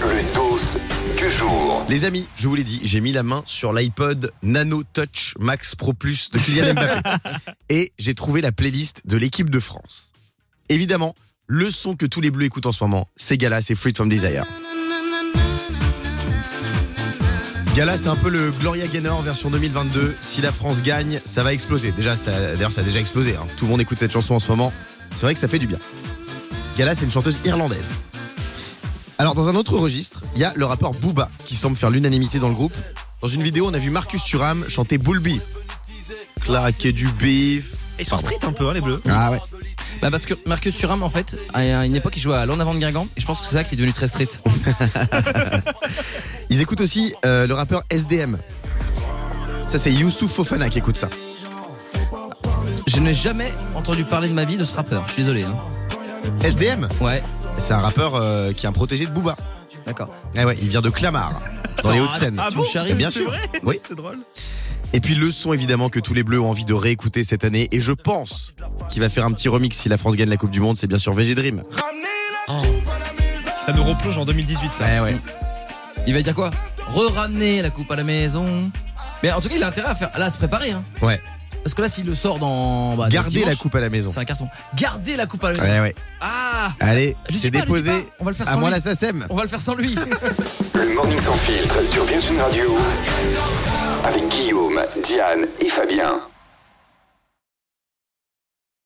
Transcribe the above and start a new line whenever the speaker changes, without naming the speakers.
Le dos du jour.
Les amis, je vous l'ai dit, j'ai mis la main sur l'iPod Nano Touch Max Pro Plus de Kylian Mbappé. Et j'ai trouvé la playlist de l'équipe de France. Évidemment, le son que tous les bleus écoutent en ce moment, c'est Gala, c'est Fruit from Desire. Gala, c'est un peu le Gloria Gaynor version 2022. Si la France gagne, ça va exploser. Déjà, ça- d'ailleurs, ça a déjà explosé. hein. Tout le monde écoute cette chanson en ce moment. C'est vrai que ça fait du bien. Gala, c'est une chanteuse irlandaise. Alors, dans un autre registre, il y a le rappeur Booba qui semble faire l'unanimité dans le groupe. Dans une vidéo, on a vu Marcus Thuram chanter Bulbi. Claquer du bif.
Ils sont
Pardon.
street un peu, hein, les bleus.
Ah ouais.
Bah parce que Marcus Thuram en fait à une époque il jouait à l'en avant de Guingamp et je pense que c'est ça qui est devenu très street.
Ils écoutent aussi euh, le rappeur SDM. Ça, c'est Youssouf Fofana qui écoute ça.
Je n'ai jamais entendu parler de ma vie de ce rappeur. Je suis désolé. hein.
SDM,
Ouais,
c'est un rappeur euh, qui est un protégé de Booba.
d'accord.
Ah ouais, il vient de Clamart, dans les Hauts-de-Seine.
Ah bon
Charrie,
bien
C'est
sûr.
vrai
Oui.
C'est drôle.
Et puis le son évidemment que tous les bleus ont envie de réécouter cette année et je pense qu'il va faire un petit remix si la France gagne la Coupe du Monde, c'est bien sûr VG Dream.
Oh.
Ça nous replonge en 2018, ça.
Eh
Ouais ouais.
Il va dire quoi Re-ramener la coupe à la maison. Mais en tout cas il a intérêt à faire là à se préparer. Hein.
Ouais.
Parce que là s'il le sort dans bah,
Gardez
dimanche,
la coupe à la maison. Eh
C'est un carton. Gardez la coupe à la maison.
Ouais ouais.
Ah.
Allez,
Je
c'est
dis pas, je dis
déposé.
pas. On va le faire
À
sans
moi
lui.
la SACEM.
On va le faire sans lui.
Le morning sans filtre sur Virgin Radio. Avec Guillaume, Diane et Fabien.